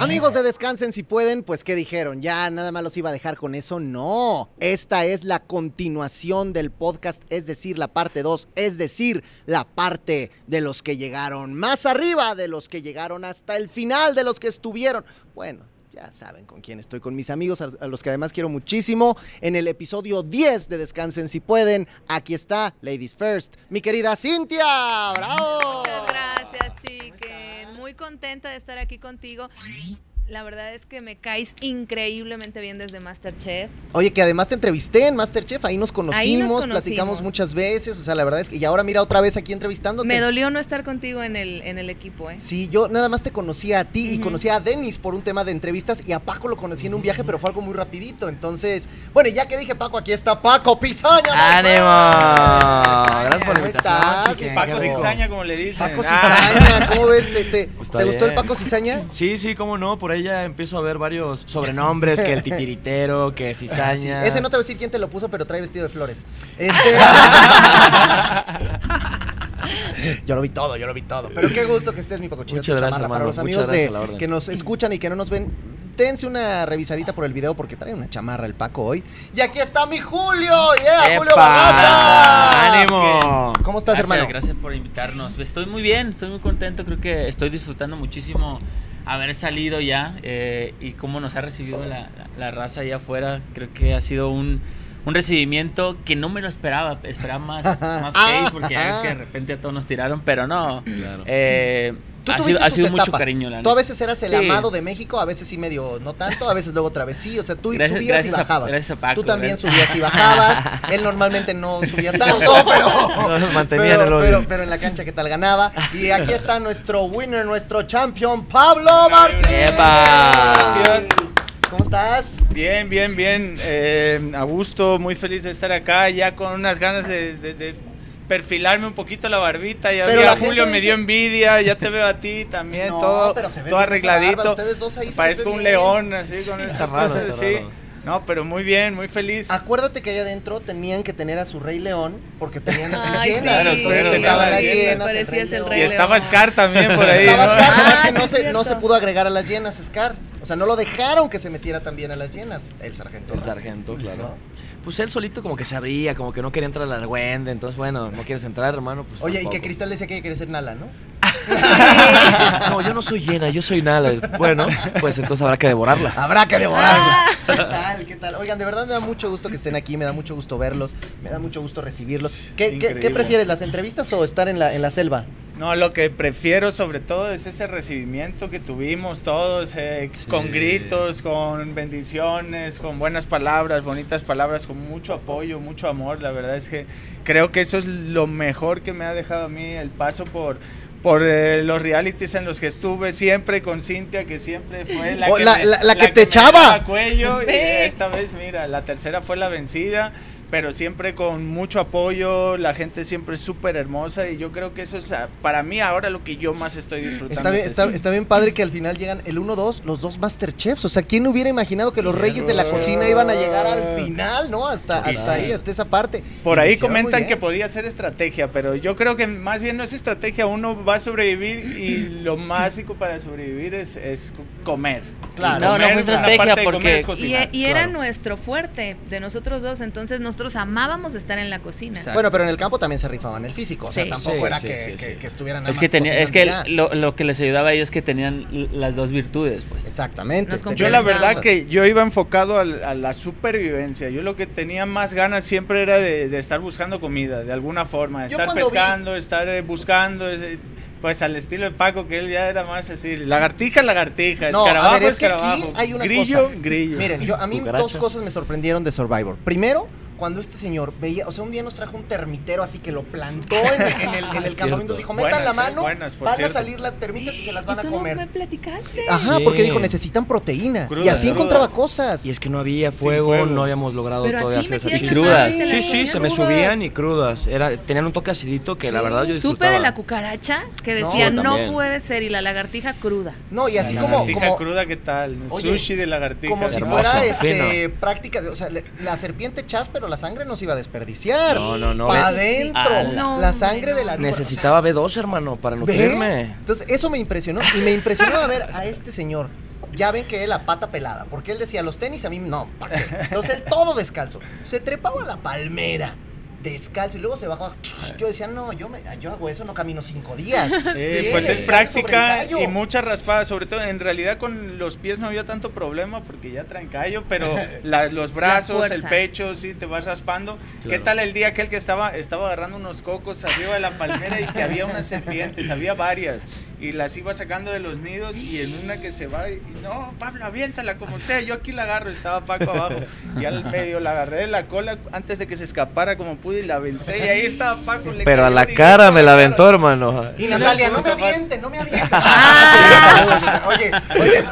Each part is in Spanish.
Amigos de Descansen si pueden, pues ¿qué dijeron? Ya nada más los iba a dejar con eso. No, esta es la continuación del podcast, es decir, la parte 2, es decir, la parte de los que llegaron más arriba, de los que llegaron hasta el final, de los que estuvieron. Bueno, ya saben con quién estoy, con mis amigos, a a los que además quiero muchísimo. En el episodio 10 de Descansen si pueden, aquí está Ladies First, mi querida Cintia. ¡Bravo! Muchas gracias, chiquen. Muy contenta de estar aquí contigo. La verdad es que me caes increíblemente bien desde Masterchef. Oye, que además te entrevisté en Masterchef, ahí nos conocimos, Ahí nos conocimos. platicamos muchas veces, o sea, la verdad es que y ahora mira otra vez aquí entrevistándote. Me dolió no estar contigo en el, en el equipo, ¿eh? Sí, yo nada más te conocía a ti y Ujú. conocía a Denis por un tema de entrevistas y a Paco lo conocí en un viaje, pero fue algo muy rapidito. Entonces, bueno, y ya que dije Paco, aquí está Paco Pisaña. ¡Ánimo! Gracias por la ¿Cómo invitación. estás, chiquen, mi qué Paco rico. Cizaña, como le dicen. Paco Ah, Cizaña, ¿cómo ves? ¿Te, te- Está te gustó el bien. Paco Cizaña? Sí, sí, cómo no, por ella empiezo a ver varios sobrenombres, que el titiritero, que Ah, Sí, cizaña. Ese no te voy a decir quién te lo puso, pero trae vestido de flores. Este- yo lo vi todo, yo lo vi todo. Pero qué gusto que estés, mi Paco Chino, Muchas tu gracias, chamarra. Para hermano, los muchas amigos gracias de- a la orden. que nos escuchan y que no nos ven, dense una revisadita por el video porque trae una chamarra el Paco hoy. Y aquí está mi Julio, yeah, Julio Barraza. ¡Epa! ¡Ánimo! ¿Cómo estás, gracias, hermano? Gracias por invitarnos. Estoy muy bien, estoy muy contento. Creo que estoy disfrutando muchísimo haber salido ya eh, y cómo nos ha recibido la, la- la raza allá afuera. Creo que ha sido un, un recibimiento que no me lo esperaba. Esperaba más, más Ah. hate porque ya ves que de repente a todos nos tiraron, pero no. Eh, Tú ha tuviste sido, ha tus sido mucho etapas. cariño. la Tú a neta. veces eras el Sí. amado de México, a veces sí medio no tanto, a veces luego otra vez sí. O sea, tú Gracias- subías y gracias a- bajabas. gracias a Paco, tú también gracias. subías y bajabas. Él normalmente no subía tanto, pero... Nos mantenía en el Pero, orden. pero, pero en la cancha que tal ganaba. Y aquí está nuestro winner, nuestro champion, Pablo Martínez. ¡Epa! Gracias. ¿Cómo estás? Bien, bien, bien. Eh, a gusto, muy feliz de estar acá, ya con unas ganas de, de- de perfilarme un poquito la barbita. Ya Pero vi a la gente Julio me dice- dio envidia, ya te veo a ti también, No, todo, pero se ve todo bien esa barba, arregladito. ustedes dos ahí se les ve Parezco un bien. león, así con está estas raro, cosas, está sí. raro. No, pero muy bien, muy feliz. Acuérdate que allá adentro tenían que tener a su Rey León porque tenían a sus Ay, llenas. sí, entonces claro, estaban claro, las claro. llenas. el Parecías el y Rey estaba León. Scar también por ahí. Estaba ¿no? Scar, nomás Ah, que no, sí, se, no cierto. se pudo agregar a las llenas, Scar. O sea, no lo dejaron que se metiera también a las llenas, el sargento. El ¿no? sargento, claro. Pues él solito como que se abría, como que no quería entrar a la argüende, entonces bueno, no quieres entrar, hermano, pues Oye, y tampoco. que Cristal decía que ella quería ser Nala, ¿no? No, yo no soy llena, yo soy nada. Bueno, pues entonces habrá que devorarla. Habrá que Ah. devorarla. ¿Qué tal? ¿Qué tal? Oigan, de verdad me da mucho gusto que estén aquí, me da mucho gusto verlos, me da mucho gusto recibirlos. ¿Qué, qué- qué Increíble. prefieres, las entrevistas o estar en la, en la selva? No, lo que prefiero sobre todo es ese recibimiento que tuvimos todos, eh, Sí. con gritos, con bendiciones, con buenas palabras, bonitas palabras, con mucho apoyo, mucho amor. La verdad es que creo que eso es lo mejor que me ha dejado a mí el paso por, por eh, los realities en los que estuve siempre con Cintia, que siempre fue la Oh, que, la- me- la- la que te me echaba. daba cuello y Ve. esta vez, mira, la tercera fue la vencida pero siempre con mucho apoyo, la gente siempre es súper hermosa y yo creo que eso es a- para mí ahora lo que yo más estoy disfrutando. Está bien, es está, eso. está bien padre que al final llegan el 1-2, los dos Masterchefs. O sea, ¿quién hubiera imaginado que los reyes de la cocina iban a llegar al final, no? Hasta, Sí, hasta sí. ahí, hasta esa parte. Y Por lo ahí hicieron muy comentan bien. que podía ser estrategia, pero yo creo que más bien no es estrategia, uno va a sobrevivir y lo básico para sobrevivir es, es comer. Claro. No, no Comer, fue una estrategia parte de comer porque- es Y, eh, cocinar. y era claro. nuestro fuerte de nosotros dos, entonces nosotros amábamos estar en la cocina. Exacto. Bueno, pero en el campo también se rifaban el físico. O sea, Sí. tampoco Sí, era sí, que, sí, que- sí. que estuvieran nada es que, más tenía, es que cocinando y ya. lo, lo que les ayudaba a ellos es que tenían l- las dos virtudes, pues. Exactamente. Nos tenían Yo la esas verdad cosas. que yo iba enfocado al- a, la supervivencia. Yo lo que tenía más ganas siempre era de, de estar buscando comida, de alguna forma, de Yo estar cuando vi- pescando, estar eh, buscando, ese- pues al estilo de Paco que él ya era más así, lagartija, lagartija, No, escarabajo, a ver, es que escarabajo, aquí hay una grillo, cosa. grillo. Miren, yo, a mí Cucaracha. dos cosas me sorprendieron de Survivor. Primero, cuando este señor veía, o sea, un día nos trajo un termitero así que lo plantó en, en el, en el Cierto. campamento. Dijo, metan Buenas, la eh, mano, buenas, por van cierto. a salir las termitas y se las van a Eso no me comer. platicaste. Ajá, Sí. porque dijo, necesitan proteína. y Crudas, así ¿no? encontraba cosas. Y es que no había Sin fuego, fuego. no habíamos logrado Pero todavía así hacer esa metían chicha. las crudas. Sí, sí, Tenían se me crudas. subían y crudas. Era, tenían un toque acidito que la Sí. verdad yo Supe disfrutaba. de la cucaracha que No, decía, no, también. puede ser, y la lagartija cruda. no, y así como, lagartija como, cruda, ¿qué tal? Oye, Sushi de lagartija. como si Hermoso, fuera fino. este, práctica. de- o sea, le- la serpiente chas, pero la sangre no se iba a desperdiciar. No, no, no. Para Sí. adentro. No, la hombre, sangre de la víbora, o sea, Necesitaba B2, hermano, para ¿Ve? nutrirme. Entonces, eso me impresionó. Y me impresionó a ver a este señor ya ven que él la pata pelada, porque él decía, los tenis a mí no, ¿pa' qué?". Entonces él todo descalzo. Se trepaba a la palmera descalzo y luego se bajaba. Yo decía, no, yo, me, yo hago eso, no camino cinco días. Eh, Sí, pues le es dan práctica sobre el callo. y muchas raspadas, sobre todo en realidad con los pies no había tanto problema porque ya traen callo, pero la- los brazos, fuerza. el pecho, sí, te vas raspando. ¿Qué Claro. tal el día aquel que estaba, estaba agarrando unos cocos arriba de la palmera y que había unas serpientes, había varias, y las iba sacando de los nidos y en una que se va y, no, Pablo, aviéntala como sea, yo aquí la agarro, estaba Paco abajo, y al medio la agarré de la cola antes de que se escapara como pude y la aventé y ahí estaba Paco. le Pero a cayó la directo cara a me la cara. aventó, hermano. Y Natalia, no me Zafar. avienten, no me avienten. Ah, oye, oye.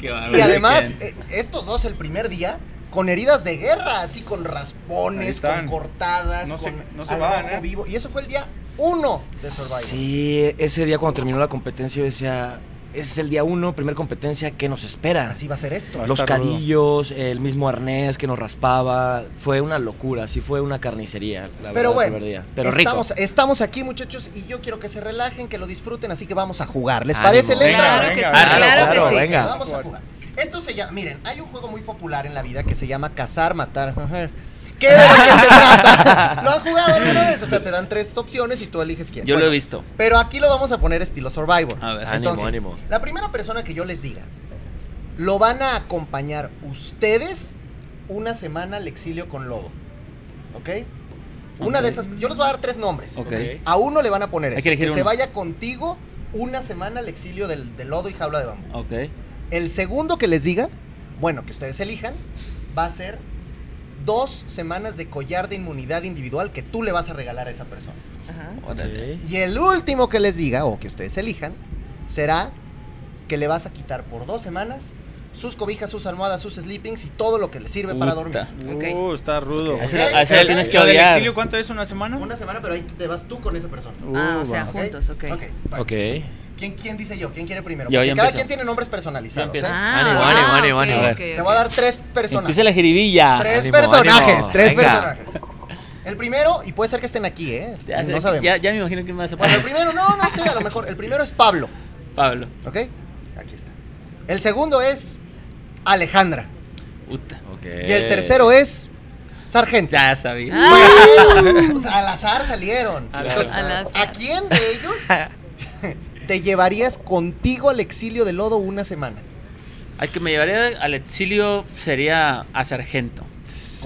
Qué bárbaro, Y además, ¿quién? eh, estos dos el primer día, con heridas de guerra, así con Ahí raspones, con están. cortadas, No se- con no se al van, rojo ¿eh? vivo. Y eso fue el día uno de Survivor. Sí, ese día cuando terminó la competencia yo decía, ese es el día uno, primer competencia, ¿qué nos espera? Así va a ser esto. Va a Los estar rudo. cadillos, el mismo arnés que nos raspaba, fue una locura, sí fue una carnicería, la verdad, Pero el bueno, primer día. Pero rico. estamos, estamos aquí, muchachos, y yo quiero que se relajen, que lo disfruten, así que vamos a jugar. ¿Les Ánimo. parece, Letra? Claro que Venga, sí, venga, claro claro, que sí. venga. Vamos a jugar. Esto se llama, miren, hay un juego muy popular en la vida que se llama cazar, matar. ¿Qué de lo que se trata? ¿Lo han jugado alguna vez? O sea, te dan tres opciones y tú eliges quién. Yo lo Bueno, he visto. Pero aquí lo vamos a poner estilo Survivor. A ver. Ánimo, ánimo. La primera persona que yo les diga, lo van a acompañar ustedes una semana al exilio con Lobo. ¿Ok? Una de esas. Yo les voy a dar tres nombres. Ok. A uno le van a poner Hay eso, que que, elegir se uno. vaya contigo una semana al exilio del, del lodo y jaula de bambú. Ok. El segundo que les diga, bueno, que ustedes elijan, va a ser dos semanas de collar de inmunidad individual que tú le vas a regalar a esa persona. Ajá. Órale. Y el último que les diga, o que ustedes elijan, será que le vas a quitar por dos semanas sus cobijas, sus almohadas, sus sleepings y todo lo que le sirve para dormir. Puta. Uh, está rudo. A ese Ok. lo- a ese lo El- tienes que ¿Lo del odiar. exilio cuánto es? ¿Una semana? Una semana, pero ahí te vas tú con esa persona. Uh, Ah, o sea, va. ¿ok? juntos, ok. bueno. Ok. ¿Quién, quién dice yo? ¿Quién quiere primero? Yo, Porque yo cada empiezo. quien tiene nombres personalizados. Yo empiezo. ¿eh? Ánimo, ánimo, ánimo, Ah, ok, ok, ánimo. A ver. ok. Te voy a dar tres personajes. Empieza la jiribilla. Tres Ánimo, personajes, ánimo. tres Venga. personajes. El primero, y puede ser que estén aquí, ¿eh? Ya sé- no sabemos. Ya, ya me imagino quién me vas a Bueno, el poner. primero, no, no sé, a lo mejor. El primero es Pablo, Pablo. ¿ok? Aquí está. El segundo es Alejandra. Puta. ok. Y el tercero es Sargento. Eh. Ya sabía. Ah. Bueno, o sea, al azar salieron. Al Entonces, azar. ¿A quién de ellos te llevarías contigo al exilio de lodo una semana? Al que me llevaría al exilio sería a sargento.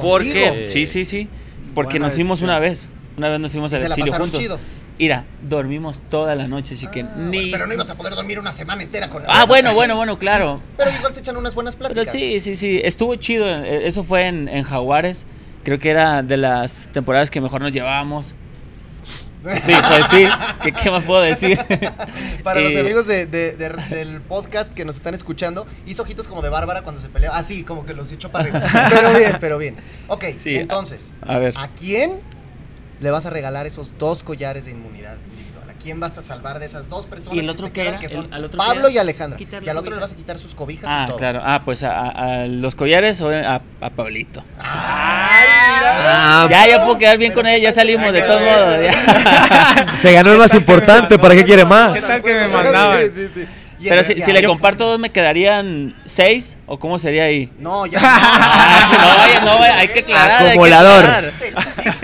Porque, ¿Contigo? sí, sí, sí. Porque Buena nos fuimos decisión. una vez. Una vez nos fuimos al Se la exilio pasaron juntos. chido. Mira, dormimos toda la noche, así que Ah, ni. bueno, pero no ibas a poder dormir una semana entera con ¿eh? Ah, bueno, bueno, bueno, claro. Pero igual se echan unas buenas Pero pláticas. sí, sí, sí. Estuvo chido. eh, Eso fue en, en Jaguares. Creo que era de las temporadas que mejor nos llevábamos. Sí, pues sí. ¿Qué, qué más puedo decir? Para los Eh, amigos de- de- de- del podcast que nos están escuchando, hizo ojitos como de Bárbara cuando se peleó. Así, como que los echó para arriba. Pero bien, pero bien. Ok, Sí, entonces, A ver. ¿a quién le vas a regalar esos dos collares de inmunidad individual? ¿A quién vas a salvar de esas dos personas ¿Y el otro te qué quedan, era? que son ¿El- al otro qué Pablo era? y Alejandra? Quitarle y al otro le cobijas. vas a quitar sus cobijas y Ah, todo. claro. Ah, pues a, a- a los collares o a, a Pablito. ¡Ay, mira! Ah, ya, ya puedo quedar bien con ella. Ya salimos de todos modos. ya. se ganó el más importante, ¿para qué quiere más? ¿Qué tal que me mandaban? Sí, sí, sí. Y Pero el- si, y si le Alejandra. comparto dos, ¿me quedarían seis? ¿O cómo sería ahí? No, ya. Ah, no, vaya, no, hay que aclarar. hay que Acumulador. aclarar. Este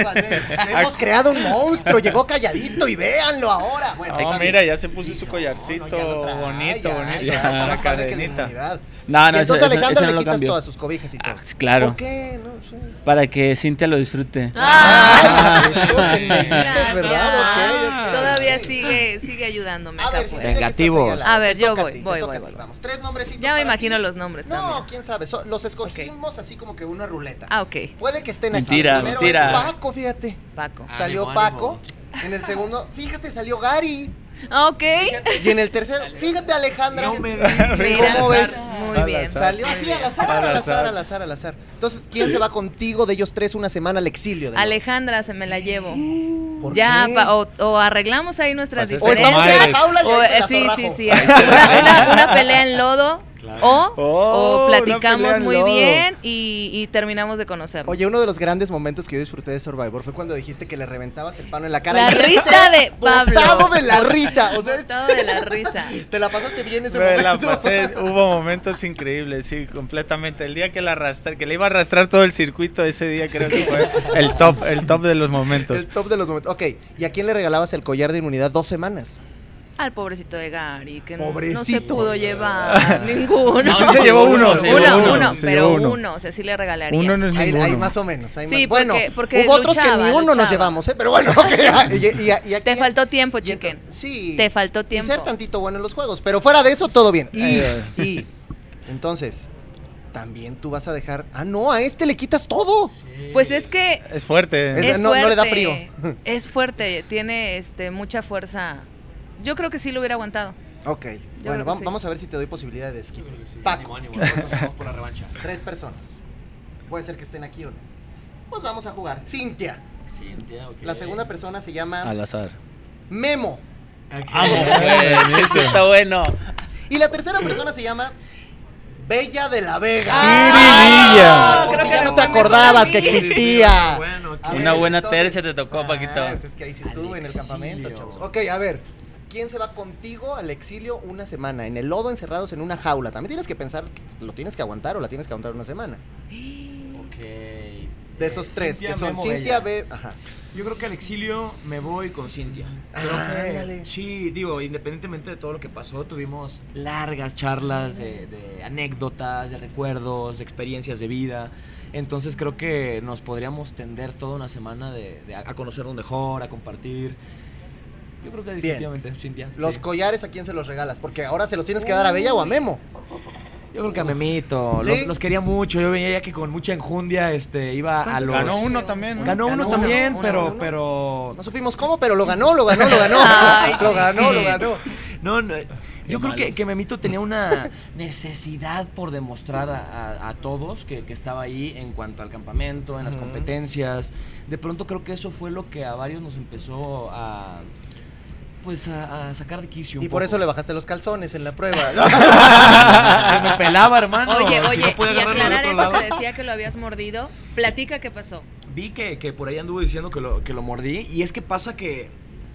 Hemos creado un monstruo, llegó calladito y véanlo ahora. Bueno, No, está bien. mira, ya se puso Sí, su no, collarcito no, ya lo trae, bonito, ya, bonito. ya, está con la más padre que la cadenita. inmunidad. No, Y Ah, no, ese- entonces ese- Alejandra ese no le lo quitas cambió. todas sus cobijas y todo. Ah, claro. Ah. ¿Por qué? No sé. Para que Cintia lo disfrute. Ah, esto se me hizo, Gracias. es Ah. verdad, ok, ok. Ah, Todavía sigue, sigue ayudándome. A ver, Capo, si eh. Vengativo. A ver, yo voy, voy, voy, voy. Vamos, tres nombrecitos. ya me para imagino ti. los nombres No, también. quién sabe. so- los escogimos así como que una ruleta. Ah, ok. Puede que estén aquí. Mentira, Primero es mentira. Paco, fíjate. Paco. Salió Ánimo, Paco. ánimo. En el segundo, fíjate, salió Gary. Ah. Ok. Y en el tercero, fíjate, Alejandra. Mira, ¿Cómo ves? Muy bien. Salió así al azar, al azar, al azar, al azar. Entonces, ¿quién se va contigo de ellos tres una semana al exilio? de nuevo? Alejandra se me la llevo. ¿Por Ya, qué? pa- o, o arreglamos ahí nuestras Pues es O estamos en diferencias. la jaula y o, ahí te eh, la sí, zorrajo. sí, sí. Una, una- una pelea en lodo O, Oh, o una pelea platicamos en muy lodo. bien y, y terminamos de conocernos. Oye, uno de los grandes momentos que yo disfruté de Survivor fue cuando dijiste que le reventabas el pano en la cara. la y- risa de Pablo. Botado de la risa. O sea, Botado de la risa. te la pasaste bien ese Me momento. la pasé, hubo momentos increíbles, sí, completamente. El día que la arrastré, que le iba a arrastrar todo el circuito ese día creo que fue el top, el top de los El momentos. top de los momentos. Ok, ¿y a quién le regalabas el collar de inmunidad dos semanas? Al pobrecito de Gary, que no- no se Pobrecito. pudo llevar ninguno. No, sí se llevó uno, se uno, llevó uno, uno, se pero llevó uno. uno. o sea, sí le regalaría. Uno no es Hay, Pues ninguno. hay más o menos. Hay Sí, más- Bueno, porque- porque hubo otros que luchaba, ni uno nos luchaba. llevamos, ¿eh? Pero bueno, ok. y- y- y aquí- Te faltó tiempo, y ento- chiquen. Sí. Te faltó Y tiempo. ser tantito bueno en los juegos. Pero fuera de eso, todo bien. Y, y entonces, también tú vas a dejar. Ah, no, a este le quitas todo. Pues es que Es fuerte. Es- es no- no le da fuerte, Es fuerte, tiene este mucha fuerza. Yo creo que sí lo hubiera aguantado. Ok. creo bueno, que vam- sí. vamos a ver si te doy posibilidad de desquite. Paco. Paco, Vamos por la revancha. tres personas. Puede ser que estén aquí o no. Pues vamos a jugar. Cintia. La segunda persona se llama Al azar. Memo. Amo, güey. Ah, pues, Sí, está bueno. Y la tercera persona se llama Bella de la Vega. ¡Ah! Por Creo si que ya no no te fue mejor acordabas a que mí. existía. Bueno, ok. A Una buena entonces- tercia te tocó, Ah, Paquito. pues es que ahí sí estuve en el Al campamento, exilio. chavos. Ok, a ver. ¿Quién se va contigo al exilio una semana? En el lodo, encerrados en una jaula. También tienes que pensar, que ¿lo tienes que aguantar o la tienes que aguantar una semana? Ok. De esos Eh, tres, Cintia, que son Memo, Cintia, Bella. B... Ajá. Yo creo que al exilio me voy con Cintia. Ah, Creo que- ándale. sí, digo, independientemente de todo lo que pasó, tuvimos largas charlas de, de anécdotas, de recuerdos, de experiencias de vida. Entonces creo que nos podríamos tender toda una semana de, de a a conocernos mejor, a compartir. Yo creo que definitivamente Cintia. Los sí. collares, ¿a quién se los regalas? Porque ahora se los tienes que dar a Bella o a Memo. Yo creo que a Memito, ¿Sí? los, los quería mucho. Yo venía ya que con mucha enjundia este, iba a ¿Cuántos los. Ganó uno también, ¿no? Ganó uno Ganó también, uno, uno, pero, uno. pero No supimos cómo, pero lo ganó, lo ganó, lo ganó. Ay, lo ganó, lo qué- ganó. No, no, yo creo que, malos. que Memito tenía una necesidad por demostrar a, a- a todos que, que estaba ahí en cuanto al campamento, en las Ujú. competencias. De pronto creo que eso fue lo que a varios nos empezó a pues a, a sacar de quicio. un Y por poco. eso le bajaste los calzones en la prueba. Ah, se me pelaba, hermano. oye, si oye, no podía y agarrarlo del aclarar otro eso lado. que decía que lo habías mordido. Platica qué pasó. Vi que, que por ahí anduvo diciendo que lo, que lo mordí. Y es que pasa que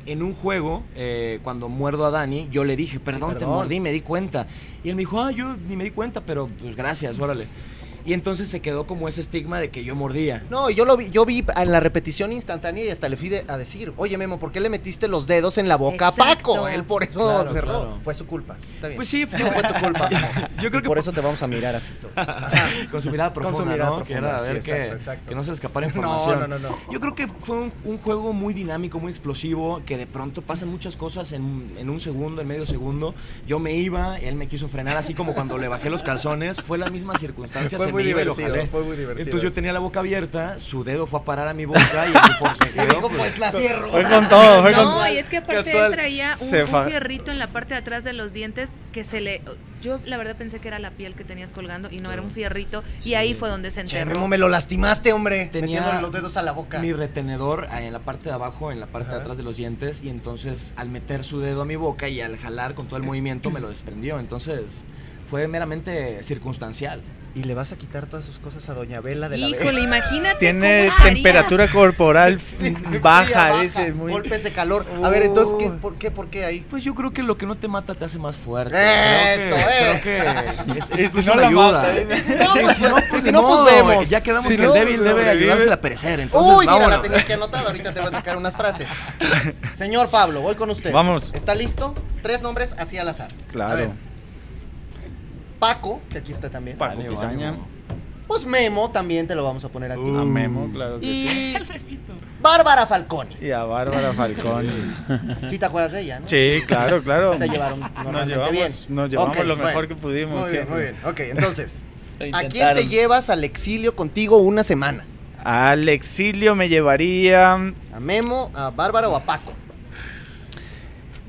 en un juego, eh, cuando muerdo a Dani, yo le dije, perdón, te perdón. mordí, me di cuenta. Y él me dijo, ah, yo ni me di cuenta, pero pues gracias, órale. Y entonces se quedó como ese estigma de que yo mordía. No, yo lo vi, yo vi en la repetición instantánea y hasta le fui de- a decir, oye Memo, ¿por qué le metiste los dedos en la boca a Exacto. Paco? Él por eso Claro, cerró. claro. Fue su culpa. Está bien. Pues sí, fue, No fue tu culpa. Yo creo Y que por po- eso te vamos a mirar así todos. con su mirada profunda, su mirada ¿no? Que profunda, era a sí, ver que, exacto, exacto. que no se le escapara No, información. no, no, no. Yo creo que fue un, un juego muy dinámico, muy explosivo, que de pronto pasan muchas cosas en, en un segundo, en medio segundo. Yo me iba, él me quiso frenar, así como cuando le bajé los calzones. Fue las mismas circunstancias, Fue muy se me iba y lo divertido, ¿eh? jalé. fue muy divertido Entonces yo eso. tenía la boca abierta, su dedo fue a parar a mi boca y en mi Y forcejeo, dijo, pues, pues la cierro. Fue con todo, fue con No, y es que aparte Casual. él traía un, Se un fa- fierrito en la parte de atrás de los dientes que se le... Yo la verdad pensé que era la piel que tenías colgando y no era un fierrito y ahí fue donde se Che, enterró. Memo, me lo lastimaste, hombre. Tenía Metiéndole los dedos a la boca. mi retenedor ah, en la parte de abajo, en la parte de atrás de los dientes, y entonces al meter su dedo a mi boca y al jalar con todo el movimiento me lo desprendió. Entonces fue meramente circunstancial. Y le vas a quitar todas sus cosas a Doña Vela de la Híjole, imagínate Tiene cómo estaría. temperatura corporal Vega. Fría, baja, dice, muy... Golpes de calor. A ver, entonces, ¿qué, Uh. ¿por qué? ¿Por qué ahí? Pues yo creo que lo que no te mata te hace más fuerte. ¡Eso, eh! creo que, Creo que es, es Y si incluso no una la ayuda. mata, No, Y si no, pues, si ni no, pues, modo, vemos. Ya quedamos Si que no, pues, el débil debe sobrevive. ayudarse a perecer. Entonces, Uy, mira, la vámonos. tenías que anotar. Ahorita te voy a sacar unas frases. Señor Pablo, voy con usted. Vamos. ¿Está listo? Tres nombres así al azar. A ver, Claro. Paco, que aquí está también. Paco Ánimo, Pizaña. ánimo. Pues Memo también te lo vamos a poner a ti. A Uh, Memo, claro que sí. y Bárbara Falcone. Y a Bárbara Falcón. ¿Sí te acuerdas de ella? ¿no? Sí, claro, claro. Se llevaron Nos normalmente llevamos, bien. nos llevamos Ok, lo mejor bueno. que pudimos. Muy bien, siempre. muy bien. Ok, entonces, Lo ¿a quién te intentaron. llevas al exilio contigo una semana? Al exilio me llevaría. ¿A Memo, a Bárbara o a Paco?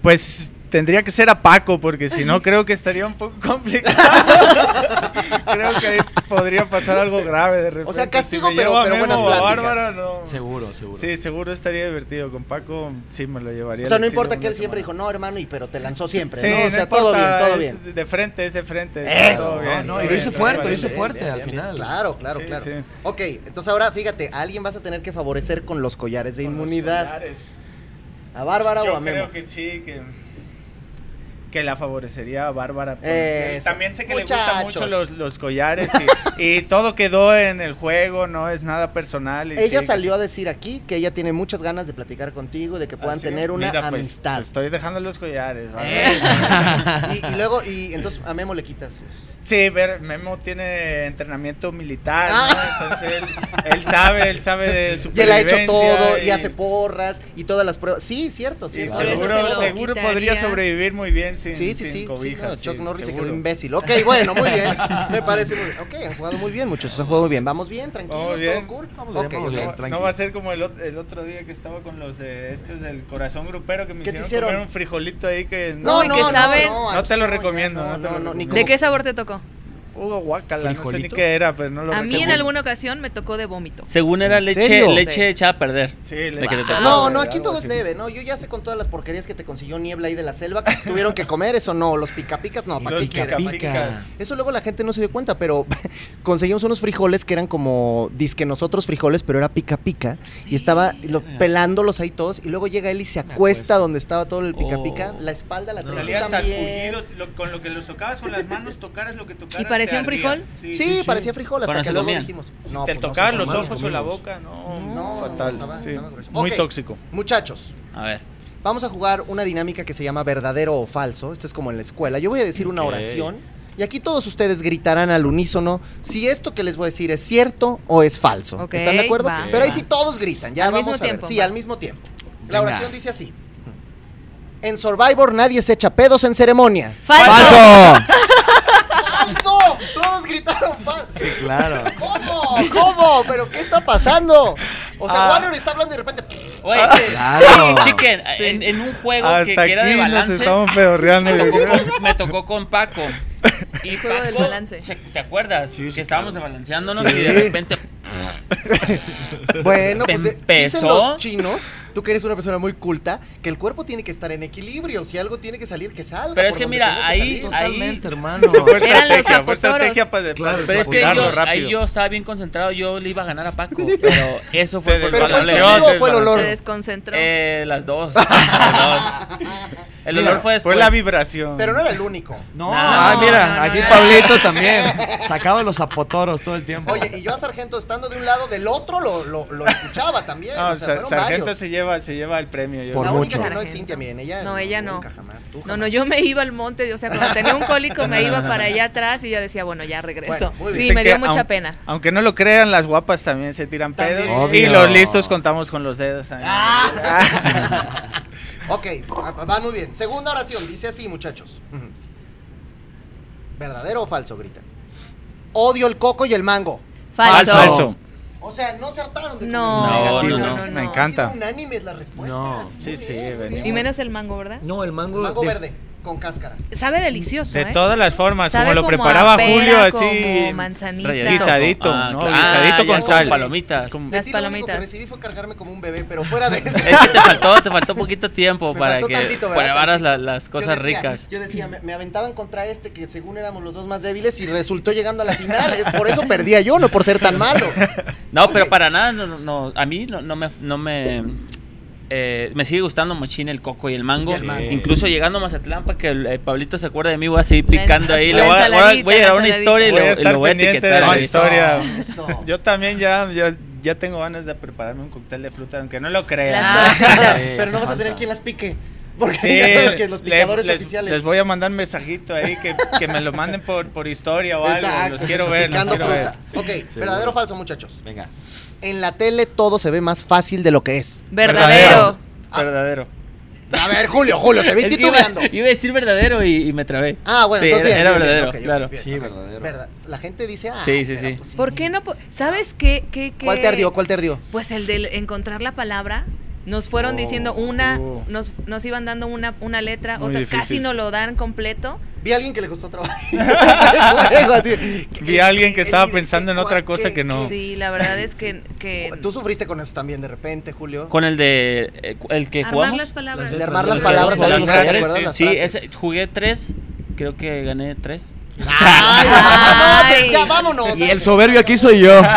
Pues tendría que ser a Paco, porque si no creo que estaría un poco complicado. creo que podría pasar algo grave de repente. O sea, castigo, me pero- llevo a pero Memo buenas o a pláticas. Bárbara, no. Seguro, seguro. Sí, seguro estaría divertido. Con Paco sí me lo llevaría. O sea, al no exilio importa que una él siempre dijo, semana. no, hermano, y pero te lanzó siempre, Sí, ¿no? O no sea, importa, todo bien, todo es bien. De frente, es de frente. Eso, todo bien, no, todo y lo bien, hice todo fuerte, lo bien. hice fuerte al final. Claro, claro, Sí, claro. sí. Ok, entonces ahora fíjate, a alguien vas a tener que favorecer con los collares de Con los inmunidad. solares. ¿A Bárbara Yo o a Memo? creo que sí, que, que la favorecería a Bárbara. porque Eso. También sé que le gustan mucho Muchachos. los, los collares y, y todo quedó en el juego, no es nada personal. y Ella sí, salió a decir aquí que ella tiene muchas ganas de platicar contigo, de que que- puedan Así tener es. una Mira, pues, amistad. estoy dejando los collares. ¿vale? Eso. y, y luego, y entonces a Memo le quitas sus. Sí, pero Memo tiene entrenamiento militar, ¿no? Ah. entonces él, él sabe, él sabe de su Y él ha hecho todo, y... hace porras, y todas las pruebas. Sí, cierto, sí. Sí, claro. Por eso se seguro, lo seguro quitarías. podría sobrevivir muy bien sin, Sí, sí, sin sí. sí, cobijas, no, Chuck sí, Norris se seguro. quedó imbécil. Ok, bueno, muy bien. Me parece muy bien. Ok, han jugado muy bien, muchachos. Han jugado muy bien. Vamos bien, tranquilos, Vamos bien. todo cool. Vamos bien, Ok, vamos ok. bien. No, tranquilo. no va a ser como el, ot- el otro día que estaba con los de estos del corazón grupero que me ¿Qué te hicieron, hicieron? comer un frijolito ahí que No, y que saben- No te lo aquí recomiendo, ya no te lo ni recomiendo. ¿De como- qué sabor te tocó? Hugo Guacala, no sé ni ¿Frijolito? qué era, pero no lo A mí en recuerdo. alguna ocasión me tocó de vómito. Según era ¿En leche, serio? Sí. leche echada a perder. Sí, le De que te echaron, No, güey, no, aquí algo todo es así. leve, no, yo ya sé con todas las porquerías que te consiguió Niebla ahí de la selva que tuvieron que comer, eso no, los picapicas no, para Los qué quieren. picapicas. Pica. Eso luego la gente no se dio cuenta, pero conseguimos unos frijoles que eran como disque nosotros frijoles, pero era pica pica. Y estaba lo- pelándolos ahí todos. Y luego llega él y se acuesta Me acuesto. donde estaba todo el pica pica. Oh. La espalda la tenía Salías también. sacudidos, lo- con lo que los tocabas con las manos, tocaras lo que tocaras. ¿Y parecía te un ardía. frijol? Sí, parecía frijol hasta Bueno, que se luego comían. dijimos. te pues tocaban se los comían. ojos o la boca, no, No, fatal. estaba- sí. estaba grueso. Muy Ok. tóxico. Muchachos, A ver. Vamos a jugar una dinámica que se llama verdadero o falso. Esto es como en la escuela. Yo voy a decir una Ok. oración y aquí todos ustedes gritarán al unísono si esto que les voy a decir es cierto o es falso. Ok, ¿Están de acuerdo? va. Pero ahí Va. sí todos gritan. Ya Al vamos mismo a ver. tiempo, sí, va. al mismo tiempo. La Venga. oración dice así. En Survivor nadie se echa pedos en ceremonia. ¡Falso! ¡Falso! Todos gritaron falso. Sí, claro. ¿Cómo? ¿Cómo? ¿Pero qué está pasando? O sea, Ah. Warrior está hablando y de repente... Oye, Claro. sí, chiquen, en, en un juego que, Hasta que era de aquí nos balance. estamos pedorreando. Me yo tocó, creo. con, me tocó con Paco. Y Juego del Paco, balance. se- ¿Te acuerdas? Sí, sí, que estábamos claro. desbalanceándonos Sí. y de repente. Bueno, pues eh, dicen Em, Empezó. los chinos, tú que eres una persona muy culta, que el cuerpo tiene que estar en equilibrio. Si algo tiene que salir, que salga. Pero por es que donde mira, tenga ahí- salir. Totalmente, hermano. Fue Eran los estrategia, fue zapotoros. estrategia para Claro, para Pero es que apuntarlo yo, rápido. ahí yo estaba bien concentrado, yo le iba a ganar a Paco. Pero eso fue Te por ¿Pero fue el Vale, sonido vale, o fue el vale. olor? Se desconcentró. Eh, las dos. Las dos. El olor Mira, fue después. la vibración. Pero no era el único. No, Ah, ah, mira, no, no, aquí no. Pablito también sacaba los zapotoros todo el tiempo. Oye, y yo a Sargento estando de un lado del otro lo, lo- lo escuchaba también. No, o sea, Sar- fueron Sargento varios. se lleva, se lleva el premio. yo Por La creo. única mucho. que no es Sargento. Cintia, miren, ella. No, ella no. Nunca, jamás, tú No, jamás. no, yo me iba al monte, o sea, cuando tenía un cólico me iba para allá atrás y yo decía, bueno, ya regreso. Bueno, muy bien. sí, me Dicen dio que mucha aun- pena. Aunque no lo crean, las guapas también se tiran También. pedos. Y Obvio. los listos contamos con los dedos también. Ok, va- va muy bien. Segunda oración, dice así, muchachos. Ujú. ¿Verdadero o falso? Grita. Odio el coco y el mango. Falso. Falso. O sea, no se hartaron de No, Negativo. no, No, no, no. me encanta. Han sido unánimes las respuestas. No. Muy Sí, sí, muy venimos. Y menos el mango, ¿verdad? no, el mango, Mango de- verde con cáscara. Sabe delicioso, De ¿eh? todas las formas, Sabe como lo como preparaba a pera, Julio, así. como manzanita. Guisadito, Ah, ¿no? claro. Ah, guisadito ya con con sal. palomitas. Con- Las Sí, lo único palomitas. que recibí fue cargarme como un bebé, pero fuera de eso. Es que te faltó, te faltó poquito tiempo Me para faltó que tantito, ¿verdad? probaras la- las Yo cosas decía- ricas. Yo decía, me, me aventaban contra este que según éramos los dos más débiles y resultó llegando a la final. Es por eso perdía yo, no por ser tan malo. No, pero Oye. para nada, no, no, no, a mí no, no me... No me eh, me sigue gustando mochín el coco y el mango. Y el mango. Incluso llegando a Mazatlán para que el, eh, Pablito se acuerde de mí, voy a seguir picando ahí. la Le voy, a- voy a- ensaladita, voy a grabar la una ensaladita. historia y Voy a le, y estar lo voy a pendiente de etiquetar. la ahí. Eso, historia. eso. Yo también ya, ya, ya tengo ganas de prepararme un cóctel de fruta, aunque no lo crean. Las Ah, pero no hace vas a falta. tener quien las pique. Porque Sí, ya sabes que los le- picadores les, oficiales. les voy a mandar un mensajito ahí que, que me lo manden por, por historia o algo. Exacto, Los quiero ver, los picando quiero ver. fruta. Ok, verdadero Seguro. o falso, muchachos. Venga. En la tele todo se ve más fácil de lo que es. Verdadero. Verdadero. A ver, Julio, Julio, te vi Ah, Es que iba, titubeando. iba a decir verdadero y, y me trabé. Ah, bueno, Sí, entonces bien. era bien, bien, verdadero, ok, ok, claro. bien, Sí, ok. verdadero. Verdad- La gente dice, ah, Sí, sí, pero, sí. pues, ¿Por qué no? po- ¿Sabes qué? qué, qué- ¿Cuál te ardió? ¿Cuál te ardió? Pues el de encontrar la palabra Nos fueron Oh. diciendo una, nos, nos iban dando una, una letra, Muy otra, difícil. casi no lo dan completo. Vi a alguien que le costó trabajo. Así, Vi a alguien que estaba el- pensando en el- otra cosa que no. Sí, la verdad es que, que Tú sufriste con eso también de repente, Julio. Con el de. eh, el que Armar jugamos. las palabras. de armar las Los palabras que al jugamos final, ¿te ayer, acuerdas? sí, Las Sí, frases. ese- jugué tres. Creo que gané tres. Ay, Ay. ya vámonos. Y el soberbio aquí soy yo.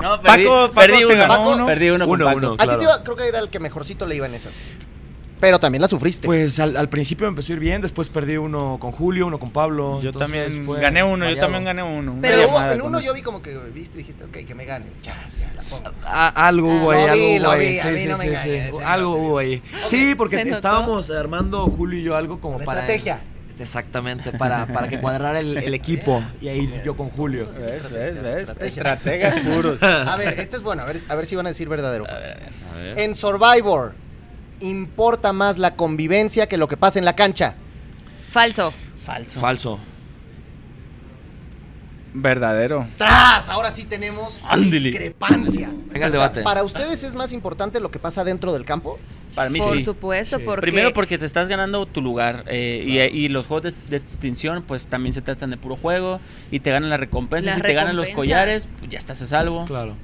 No, perdí, Paco- Paco perdí te uno. ganó uno. Perdí uno. con Uno, Paco. uno. A ti te claro. iba, creo que era el que mejorcito le iba en esas. Pero también la sufriste. Pues al, al principio me empezó a ir bien, después perdí uno con Julio, uno con Pablo. Yo entonces también fue gané uno, yo variado. también gané uno. una pues, pero Pero- hubo- llamada en con uno eso. yo vi como que viste, dijiste, ok, que me ganen. Chas, ya la pongo. A- algo hubo Ah, ahí, lo vi, algo lo hubo ahí. vi, a Sí, mí sí, no me sí, engañes, sí. se Algo vio, se hubo ahí. Sí, ¿Se porque notó? estábamos armando Julio y yo algo como Una para. este, estrategia. Exactamente, para, para que cuadrara el, el equipo. Y ahí yo con Julio. ¿Ves, ves, ves? Estrategias. Estrategas puros. A ver, este es bueno, a ver, a ver si van a decir verdadero. o falso. A ver. En Survivor, importa más la convivencia que lo que pasa en la cancha. falso. Falso. Falso. Verdadero. ¡Tras! Ahora sí tenemos Ándele. discrepancia. Venga el O sea, debate. ¿Para ustedes es más importante lo que pasa dentro del campo? Para mí Por sí. supuesto, porque Primero porque te estás ganando tu lugar eh, y- y, los juegos de, de extinción pues también se tratan de puro juego y te ganan las recompensas Las y te ganan los recompensas. collares, pues, ya estás a salvo. Claro.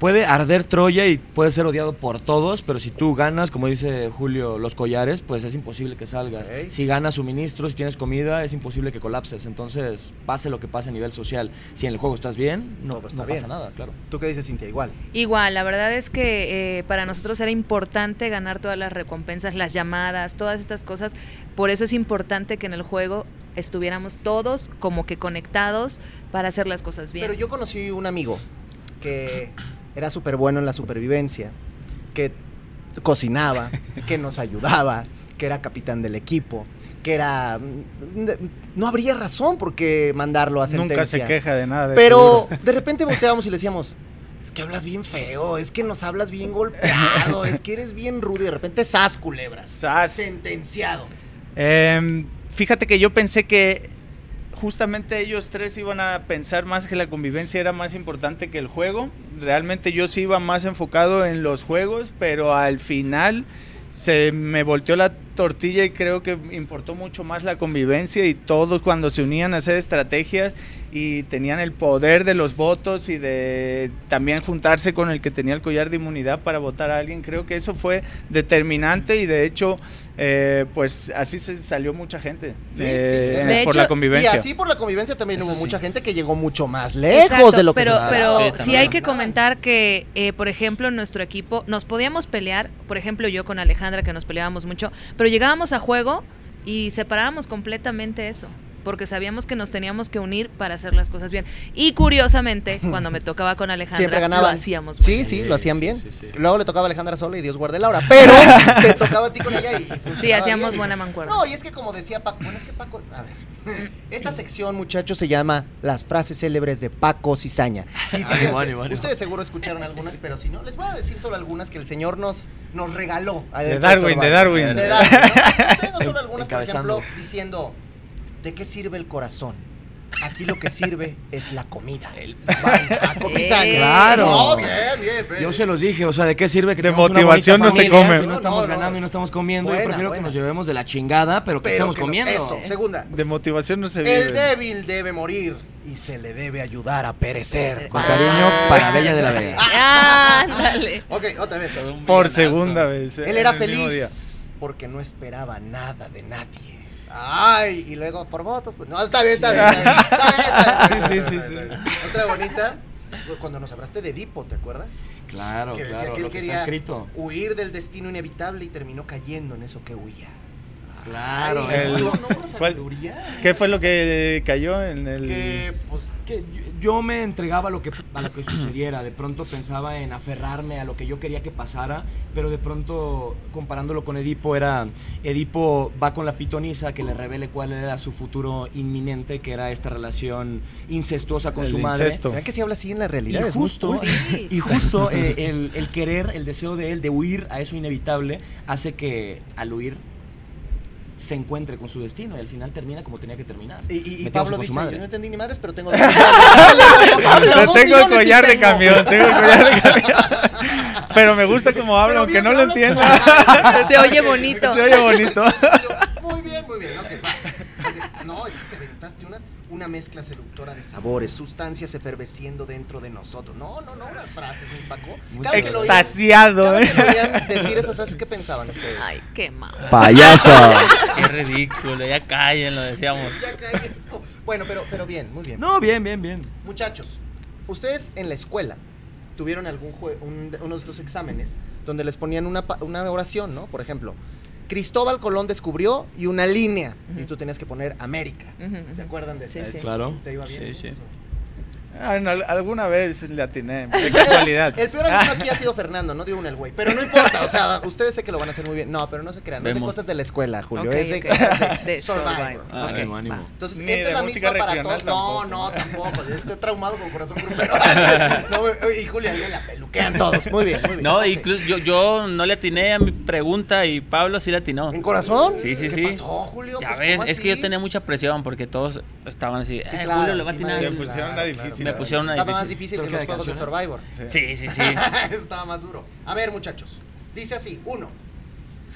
Puede arder Troya y puede ser odiado por todos, pero si tú ganas, como dice Julio, los collares, pues es imposible que salgas. Ok. Si ganas suministros, si tienes comida, es imposible que colapses. Entonces, pase lo que pase a nivel social. Si en el juego estás bien, no, Todo está no pasa bien. nada, claro. ¿Tú qué dices, Cintia? Igual. Igual, la verdad es que eh, para nosotros era importante ganar todas las recompensas, las llamadas, todas estas cosas. Por eso es importante que en el juego estuviéramos todos como que conectados para hacer las cosas bien. Pero yo conocí un amigo que era súper bueno en la supervivencia, que cocinaba, que nos ayudaba, que era capitán del equipo, que era... mm, No habría razón por qué mandarlo a sentencias. Nunca se queja de nada. de Pero seguro. de repente volteábamos y le decíamos, es que hablas bien feo, es que nos hablas bien golpeado, es que eres bien rudo y de repente sas culebras. Sas. Sentenciado. Em, fíjate que yo pensé que justamente ellos tres iban a pensar más que la convivencia era más importante que el juego. Realmente yo sí iba más enfocado en los juegos, pero al final se me volteó la tortilla y creo que importó mucho más la convivencia y todos cuando se unían a hacer estrategias y tenían el poder de los votos y de también juntarse con el que tenía el collar de inmunidad para votar a alguien, creo que eso fue determinante y de hecho eh, pues así se salió mucha gente Sí, eh, sí. De por hecho, la Y convivencia. así por la convivencia también Eso hubo sí. mucha gente que llegó mucho más lejos Exacto, de lo que pero, se esperaba. pero Sí, sí también. hay que comentar que, eh, por ejemplo, en nuestro equipo nos podíamos pelear, por ejemplo, yo con Alejandra, que nos peleábamos mucho, pero llegábamos a juego y separábamos completamente eso. Porque sabíamos que nos teníamos que unir para hacer las cosas bien. Y curiosamente, cuando me tocaba con Alejandra, Siempre ganaban. lo hacíamos. pues. muy Sí, bien. sí, lo hacían Sí, bien. sí, sí. Luego le tocaba a Alejandra sola y Dios guarde la hora. Pero te tocaba a ti con ella y. bien. funcionaba Sí, hacíamos bien. buena mancuerna. No, y es que como decía Paco, bueno, es que Paco, a ver. Esta sección, muchachos, se llama Las frases célebres de Paco Cizaña. Y Ánimo, fíjense, ánimo, ánimo. ustedes seguro escucharon algunas, pero si no, les voy a decir solo algunas que el señor nos, nos regaló. de adentro Darwin, de Survivor. Darwin. De Darwin. ¿no? Ustedes no solo algunas, por Encabezando. ejemplo, diciendo, ¿de qué sirve el corazón? Aquí lo que sirve es la comida. Vale, Paco Eh. Cizaña. Claro. No, bien, bien, bien. Yo se los dije, o sea, ¿de qué sirve que De tengamos una motivación bonita no se familia come. Si no No, estamos no, no. ganando y no estamos comiendo, Buena, yo prefiero buena. que nos llevemos de la chingada, pero que Pero estamos que no- comiendo. Eso, segunda. De motivación no se vive. El débil debe morir y se le debe ayudar a perecer. Con cariño para Bella de la Vega. Ándale. Ok, otra vez. Por segunda vez. eh, Él era en el mismo día. feliz porque no esperaba nada de nadie. Ay, y luego por votos, pues no, está bien, está bien. Está bien, está bien, está bien, está bien, está bien, Sí, sí, está sí, bien, está bien. Otra bonita, fue cuando nos hablaste de Edipo, ¿te acuerdas? Claro, que decía claro, que él lo que quería está escrito. huir del destino inevitable y terminó cayendo en eso que huía. Claro. Ay, el- eso, ¿no? Una ¿cuál? sabiduría. ¿Qué fue lo que cayó en el...? Que, pues, que yo, yo me entregaba a lo que a lo que sucediera de pronto pensaba en aferrarme a lo que yo quería que pasara pero de pronto comparándolo con Edipo era Edipo va con la pitonisa que le revele cuál era su futuro inminente que era esta relación incestuosa con El su madre incesto. ¿verdad que si habla así en la realidad? y Es muy justo, cool. Sí. y justo eh, el, el querer, el deseo de él de huir a eso inevitable hace que al huir se encuentre con su destino y al final termina como tenía que terminar. Y- Y, y Metiéndose Pablo con dice, su madre. yo no entendí ni madres, pero tengo... dos millones". Pablo, Pero dos tengo el millones y collar de tengo. camión, tengo el collar de camión. Pero me gusta como hablo, Pero aunque bien, no lo hablas entiendo. Se oye bonito. Se oye bonito. Muy bien, muy bien. ok, va. No, es que te aventaste unas, una mezcla seductora de sabores, sustancias efervesciendo dentro de nosotros. No, no, no, unas frases, mi Paco. Cada que lo oían- Extasiado, cada ¿eh? que lo oían decir esas frases, ¿qué pensaban ustedes? Ay, qué mal. Payaso. Qué ridículo, ya callen, lo decíamos. Ya caí. Bueno, pero, pero bien, muy bien. No, bien, bien, bien. Muchachos, ustedes en la escuela tuvieron algún jue- un, de- unos dos exámenes donde les ponían una, pa- una oración, ¿no? Por ejemplo, Cristóbal Colón descubrió y una línea. Y tú tenías que poner América. Ujú, ujú. ¿Se acuerdan de eso? Sí, sí. Claro. ¿Te iba bien? Sí, sí. Ah, no, alguna vez le atiné, de casualidad. Ah, El peor alumno aquí ha sido Fernando, no dio un el güey. Pero no importa, o sea, ustedes sé que lo van a hacer muy bien. No, pero no se crean, no es de Vemos. cosas de la escuela, Julio. Ok, es de ok. cosas de, De Survivor. Survivor. Ah, Ok, ánimo, ánimo. va. Entonces, Ni esta de es la música misma para regional todos. No, tampoco. no, tampoco. Estoy traumado con corazón grupero. No, güey, y Julio, ahí me la peluquean todos. Muy bien, muy bien. No, ok. incluso yo, yo no le atiné a mi pregunta y Pablo sí le atinó. ¿En corazón? Sí, sí, ¿Qué sí. pasó, Julio? Ya Pues, ves, ¿cómo es que yo así? tenía mucha presión porque todos estaban así. Sí, "Eh, claro, Julio le va a encima atinar. de- Me pusieron una difícil. Me pusieron una Estaba más difícil. difícil que Creo los que de juegos de Survivor. Sí, sí, sí. Estaba más duro. A ver, muchachos. Dice así, uno.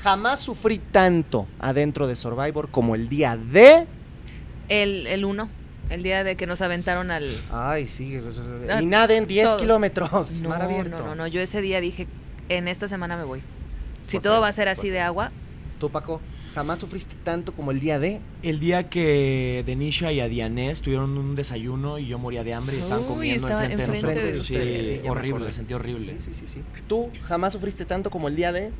Jamás sufrí tanto adentro de Survivor como el día de... El, el uno, el día de que nos aventaron al... Ay, sí. Ah, Y nada en 10 todo. kilómetros. No, Mar abierto. no, no, no, yo ese día dije, en esta semana me voy. Si Por todo favor, va a ser por así de favor. agua, Tú, Paco, jamás sufriste tanto como el día de... El día que Denisha y Adianés tuvieron un desayuno y yo moría de hambre y estaban Uy, comiendo estaba enfrente, enfrente de de nosotros. ustedes. sí, Sí, ya me acordé. horrible, sentí horrible. Sí, sí, sí, sí. Tú jamás sufriste tanto como el día de...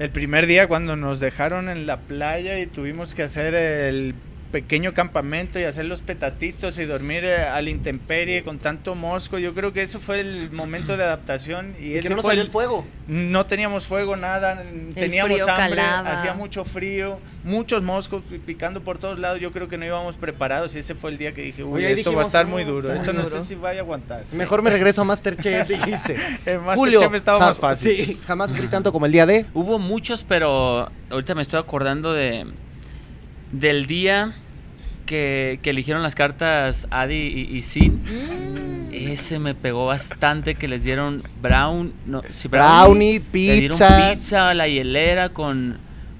El primer día cuando nos dejaron en la playa y tuvimos que hacer el pequeño campamento y hacer los petatitos y dormir eh, a la intemperie con tanto mosco, yo creo que eso fue el momento de adaptación y, Y que ese no nos fue salió el- el fuego. no teníamos fuego, nada, teníamos frío hambre, calaba. hacía mucho frío, muchos moscos pi- picando por todos lados, yo creo que no íbamos preparados y ese fue el día que dije, uy, Oye, ahí esto va a dijimos, estar "No, muy duro, tan esto no duro". sé si vaya a aguantar. Mejor me regreso a Masterchef, dijiste. En Masterchef estaba ja- más fácil. Sí, jamás sufrí tanto como el día de... Hubo muchos, pero ahorita me estoy acordando de del día que, que eligieron las cartas Adi y, y Sin. Ese me pegó bastante que les dieron brown, no, sí, Brownie, Le dieron pizzas. pizza, la hielera con,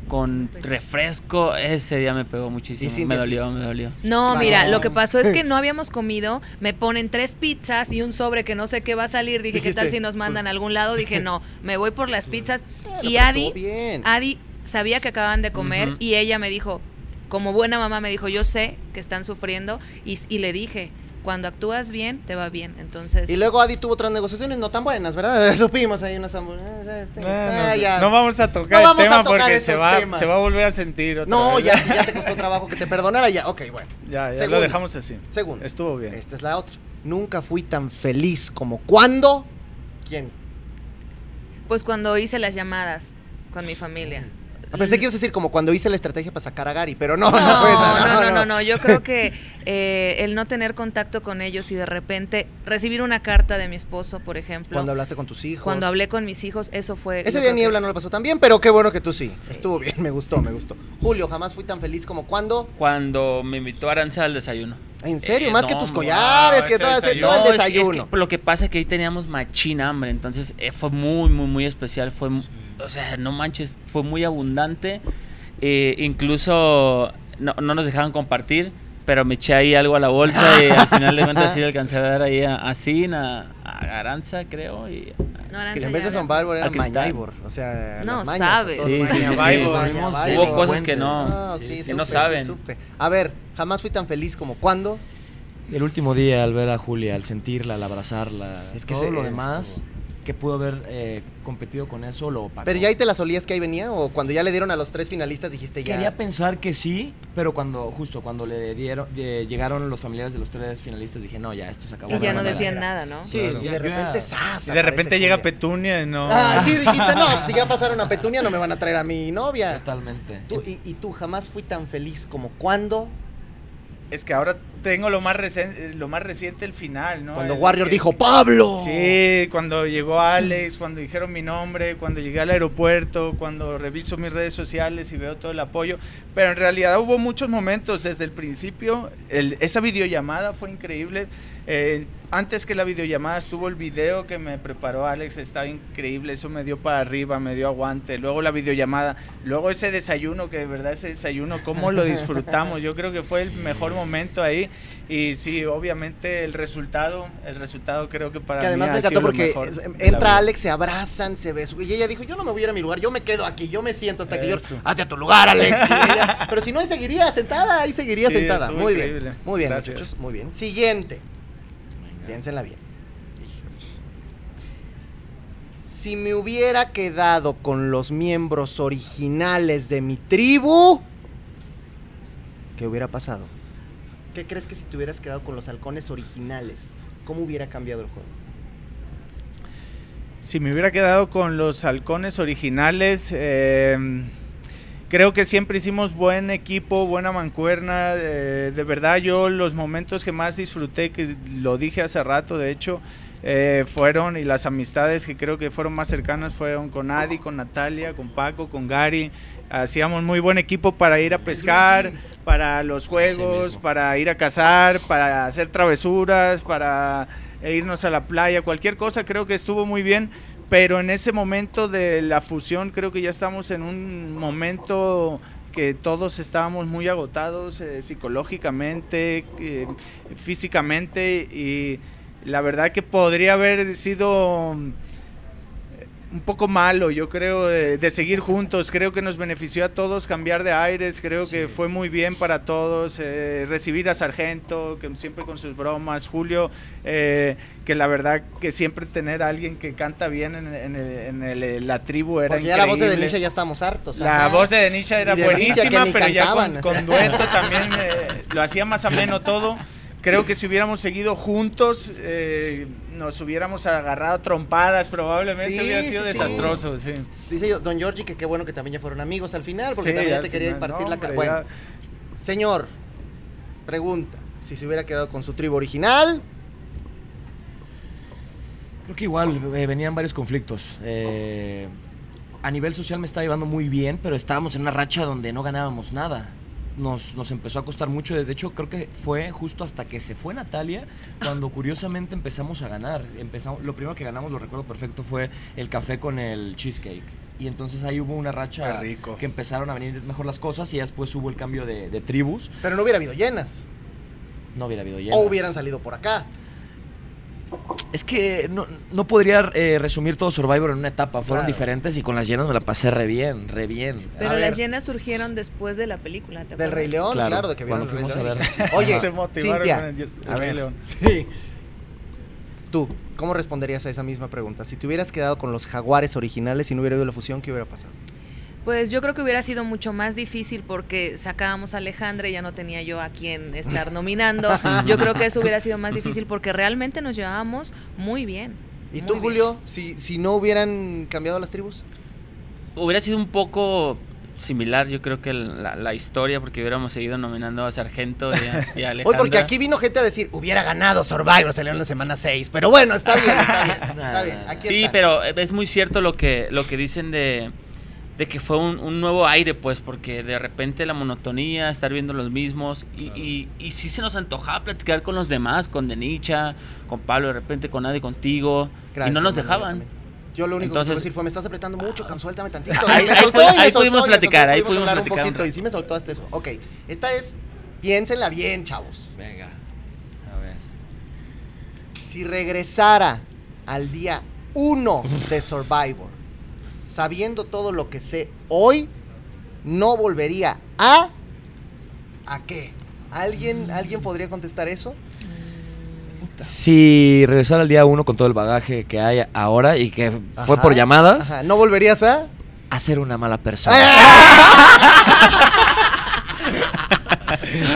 con refresco. Ese día me pegó muchísimo. Y sin me decir- dolió, me dolió. No, Claro. mira, lo que pasó es que no habíamos comido, me ponen tres pizzas y un sobre que no sé qué va a salir, dije, ¿qué tal Dijiste, si nos mandan pues- Mm, a algún lado? Dije, no, me voy por las pizzas. Y pero Adi, estuvo bien. Adi sabía que acababan de comer Ujú. y ella me dijo, como buena mamá me dijo, yo sé que están sufriendo y, y le dije, cuando actúas bien, te va bien. Entonces, Y luego Adi tuvo otras negociaciones no tan buenas, ¿verdad? Supimos ahí unas hamburguesas. No, Ah, no, ya. Eh, no vamos a tocar No el vamos a tema tocar porque se esos va, temas. se va a volver a sentir otra No, vez. ya, si ya te costó trabajo que te perdonara, ya. Ok, bueno. Ya, ya Segundo. lo dejamos así. Segundo. Estuvo bien. Esta es la otra. Nunca fui tan feliz como cuando. ¿Quién? pues cuando hice las llamadas con mi familia. Ah, Pensé que ibas a decir como cuando hice la estrategia para sacar a Gary, pero no, no, No, fue esa, no, no, no, no. Yo creo que eh, el no tener contacto con ellos y de repente recibir una carta de mi esposo, por ejemplo, Cuando cuando, hablaste con tus hijos. hablé con mis hijos, eso fue. yo Ese día creo Niebla que- no lo pasó tan bien, pero qué bueno que tú sí. Sí. Estuvo bien, me gustó, me gustó. Julio, jamás fui tan feliz como cuando. Cuando me invitó Aranza al desayuno. En serio, Eh, más no, que tus no, collares, que ese todo, ese- desayuno. todo el es que- desayuno. es que lo que pasa es que ahí teníamos machín hambre, entonces eh, fue muy, muy, muy especial. Fue, mu- O sea, no manches, fue muy abundante. eh, incluso no, no nos dejaban compartir, pero me eché ahí algo a la bolsa y al final de cuentas sí le alcancé a dar ahí a, a Sin, a, a Aranza, creo. Y, No, Aranza Que ya en vez de había- Sombarbor era Al cristal. Mañaibor. O sea, No, las mañas, sabes. todos Sí, maña, sí, sí, sí. maña, Hubo maña, cosas baile. que no- No, sí, que sí, no sí, saben. sí, supe. A ver, jamás fui tan feliz como cuando. El último día al ver a Julia, al sentirla, al abrazarla, Es que todo se- lo demás que pudo haber eh, competido con eso lo Ah, opacó. Pero ya ahí te las olías que ahí venía o cuando ya le dieron a los tres finalistas dijiste ya. Quería pensar que sí, pero cuando justo cuando le dieron eh, llegaron los familiares de los tres finalistas dije, "No, ya esto se acabó." Y ya no Nada. decían nada, ¿no? Sí, Claro. y de repente zas, Y de repente aparece llega Julia. Petunia y no. Ah, sí, dijiste, no, si ya pasaron a Petunia no me van a traer a mi novia. Totalmente. Tú- y, y tú jamás fui tan feliz como cuando. es que ahora tengo lo más, recen- lo más reciente, el final, ¿no? Cuando El Warrior que- dijo, ¡Pablo! Sí, cuando llegó Alex, cuando dijeron mi nombre, cuando llegué al aeropuerto, cuando reviso mis redes sociales y veo todo el apoyo. Pero en realidad hubo muchos momentos desde el principio. el- esa videollamada fue increíble. Eh, antes que la videollamada estuvo el video que me preparó Alex, estaba increíble. Eso me dio para arriba, me dio aguante. Luego la videollamada, luego ese desayuno, que de verdad ese desayuno, cómo lo disfrutamos. Yo creo que fue el mejor momento ahí. Y sí, obviamente el resultado, el resultado creo que para Que mí además ha me sido encantó lo porque mejor es- de la entra vida. Alex, se abrazan, se besan. Y ella dijo, yo no me voy a ir a mi lugar, yo me quedo aquí, yo me siento hasta que yo... Eso. ¡Hazte a tu lugar, Alex! Y ella, Pero si no, ahí seguiría sentada, ahí seguiría Sí, sentada. estuvo Muy bien, increíble. muy bien, Gracias. muchachos, muy bien. Siguiente, piénsenla bien. Si me hubiera quedado con los miembros originales de mi tribu, ¿qué hubiera pasado? ¿Qué crees que si te hubieras quedado con los halcones originales, cómo hubiera cambiado el juego? Si me hubiera quedado con los halcones originales, eh, creo que siempre hicimos buen equipo, buena mancuerna. eh, de verdad, yo los momentos que más disfruté, que lo dije hace rato, de hecho, eh, fueron, y las amistades que creo que fueron más cercanas fueron con Adi, con Natalia, con Paco, con Gary. Hacíamos muy buen equipo para ir a pescar, para los juegos, mismo. para ir a cazar, para hacer travesuras, para e irnos a la playa, cualquier cosa, creo que estuvo muy bien. Pero en ese momento de la fusión, creo que ya estamos en un momento que todos estábamos muy agotados eh, psicológicamente, eh, físicamente, y la verdad que podría haber sido mm, un poco malo, yo creo, de, de seguir juntos. Creo que nos benefició a todos cambiar de aires. Creo que fue muy bien para todos. eh, recibir a Sargento, que siempre con sus bromas. Julio, eh, que la verdad que siempre tener a alguien que canta bien en, en el- en el- la tribu era Porque ya la voz de increíble. Denisha ya estamos hartos. La ajá. voz de Denisha era Y de Denisha, buenísima, que ni pero cantaban, ya o con, sea. con dueto también eh, lo hacía más ameno todo. Creo que si hubiéramos seguido juntos, eh, nos hubiéramos agarrado a trompadas, probablemente Sí, hubiera sido sí, sí. desastroso, sí. Dice yo, don Georgie, que qué bueno que también ya fueron amigos al final, porque Sí, también ya al te quería final, impartir no, la... ca- hombre, Bueno, ya- señor, pregunta. Si se hubiera quedado con su tribu original, Creo que igual eh, venían varios conflictos. Eh, a nivel social me estaba llevando muy bien, pero estábamos en una racha donde no ganábamos nada. Nos, nos empezó a costar mucho. De hecho, creo que fue justo hasta que se fue Natalia cuando curiosamente empezamos a ganar. Empezamos, lo primero que ganamos, lo recuerdo perfecto, fue el café con el cheesecake. Y entonces ahí hubo una racha Qué rico. que empezaron a venir mejor las cosas y ya después hubo el cambio de, de tribus. pero no hubiera habido llenas. No hubiera habido O llenas. hubieran salido por acá. Es que no, no podría eh, resumir todo Survivor en una etapa. Fueron Claro. diferentes y con las llenas me la pasé re bien, re bien. Pero A las ver. llenas surgieron después de la película, Del ¿te acuerdas? Rey León, claro, Claro, de que vieron el Rey cuando León. fuimos a ver. Oye, se motivaron con Cintia, el, a ver, el Rey León. tú, ¿cómo responderías a esa misma pregunta? Si te hubieras quedado con los jaguares originales y no hubiera habido la fusión, ¿qué hubiera pasado? Pues yo creo que hubiera sido mucho más difícil porque sacábamos a Alejandra y ya no tenía yo a quien estar nominando. Yo creo que eso hubiera sido más difícil porque realmente nos llevábamos muy bien. ¿Y muy tú, bien. Julio, si, si no hubieran cambiado las tribus? Hubiera sido un poco similar, yo creo que la, la historia, porque hubiéramos seguido nominando a Sargento y a, y a Hoy, Alejandra. porque aquí vino gente a decir, hubiera ganado Survivor, salió en la semana 6. Pero bueno, está bien, está bien. Está bien, aquí sí, está. pero eh, es muy cierto lo que, lo que dicen de, de que fue un, un nuevo aire, pues, porque de repente la monotonía, estar viendo los mismos, y, y, y sí se nos antojaba platicar con los demás, con Denicha, con Pablo, de repente con nadie, contigo, y no nos Manuel, dejaban. también. Yo lo único que Entonces- puedo decir fue, me estás apretando mucho, can, suéltame tantito. Ahí- Y me ahí soltó, pu- y me ahí soltó, pudimos y me platicar, soltó, ahí pudimos pudimos hablar platicar un un poquito. rato. Y sí me soltó hasta eso. Ok, esta es, piénsenla bien, chavos. Venga, a ver. Si regresara al día 1 de Survivor, sabiendo todo lo que sé hoy, no volvería a... ¿A qué? ¿Alguien, ¿alguien podría contestar eso? Si regresar al día uno con todo el bagaje que hay ahora y que fue Ajá, por llamadas, ajá. ¿No volverías a...? a ser una mala persona.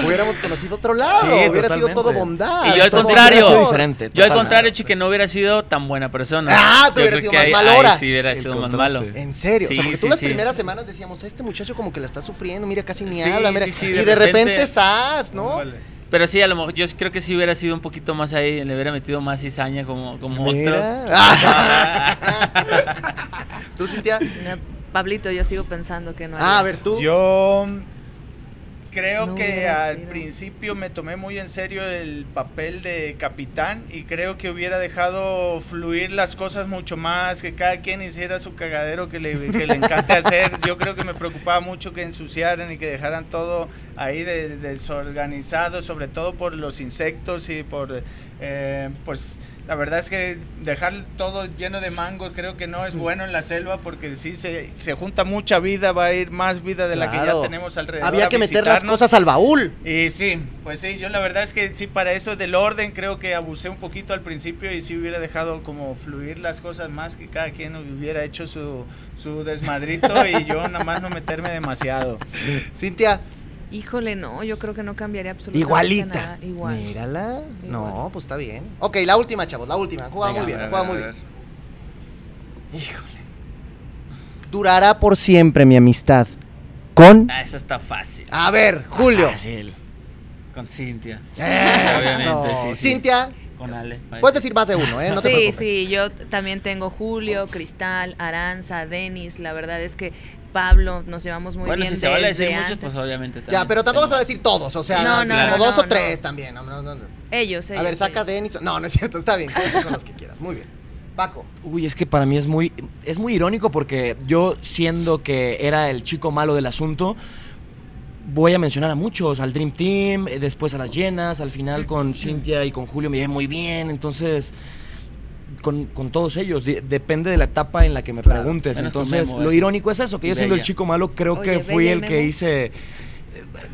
Hubiéramos conocido otro lado, Sí, hubiera sido totalmente. todo bondad. Y yo al todo contrario, amor. diferente, yo al totalmente. contrario, chique, pues. no hubiera sido tan buena persona. Ah, tú Yo hubieras sido creo que más ahí- malora. ahí sí hubiera El sido más contraste. malo. En serio, o Sí, sea, porque tú sí, las sí. primeras semanas decíamos, este muchacho como que la está sufriendo, mira, casi ni Sí, habla, mira. sí, sí, y de de repente, repente- ¡zas! ¿no? Vale. Pero sí, a lo mejor yo creo que sí hubiera sido un poquito más ahí, le hubiera metido más cizaña como, como otros. ¿Tú, Cintia? No, Eh, Pablito, yo sigo pensando que no. Ah, a haría. ver, tú. Yo creo No que hubiera al sido. principio me tomé muy en serio el papel de capitán y creo que hubiera dejado fluir las cosas mucho más, que cada quien hiciera su cagadero que le, que le encante hacer. Yo creo que me preocupaba mucho que ensuciaran y que dejaran todo ahí de- desorganizado, sobre todo por los insectos y por, eh, pues... La verdad es que dejar todo lleno de mango creo que no es Mm. bueno en la selva porque si se, se junta mucha vida, va a ir más vida de la que ya Claro. tenemos alrededor. Había a que meter las visitarnos. cosas al baúl. Y sí, pues sí, yo la verdad es que sí, para eso del orden creo que abusé un poquito al principio y sí hubiera dejado como fluir las cosas más, que cada quien hubiera hecho su, su desmadrito y yo nada más no meterme demasiado. Cintia, Híjole, no, yo creo que no cambiaría absolutamente igualita. nada. Igual. Mírala. No, Igual. pues está bien. Ok, la última, chavos, la última. Han jugado Venga, muy bien, a han ver, jugado a muy ver, bien. a ver. Durará por siempre mi amistad con... Ah, Ah, eso está fácil. A ver, Julio. Fácil. Con Cintia. Eso. Obviamente, sí, sí. Cintia, Con Ale. va a puedes decir. decir más de uno, ¿eh? No te sí, preocupes. sí, yo t- también tengo Julio, Cristal, Aranza, Denis. La verdad es que Pablo nos llevamos muy bueno, bien. si se vale desde decir muchos, antes. pues obviamente también. Ya, pero tampoco se Pero- van a decir todos, o sea, No, como no, dos o no, no. tres también. no, no, no, no. Ellos, ellos. A ver, saca ellos. Denison. No, no es cierto, está bien, quédate con los que quieras. Muy bien. Paco. Uy, es que para mí es muy, es muy irónico porque yo, siendo que era el chico malo del asunto, voy a mencionar a muchos, al Dream Team, eh, después a las llenas, al final con Cintia y con Julio me llevé muy bien, entonces con, con todos ellos, de- depende de la etapa en la que me Claro. preguntes. Menos con entonces, Memo, lo ese. irónico es eso, que yo siendo el Bella. chico malo creo Oye, que fui Bella y el que Memo. hice... eh,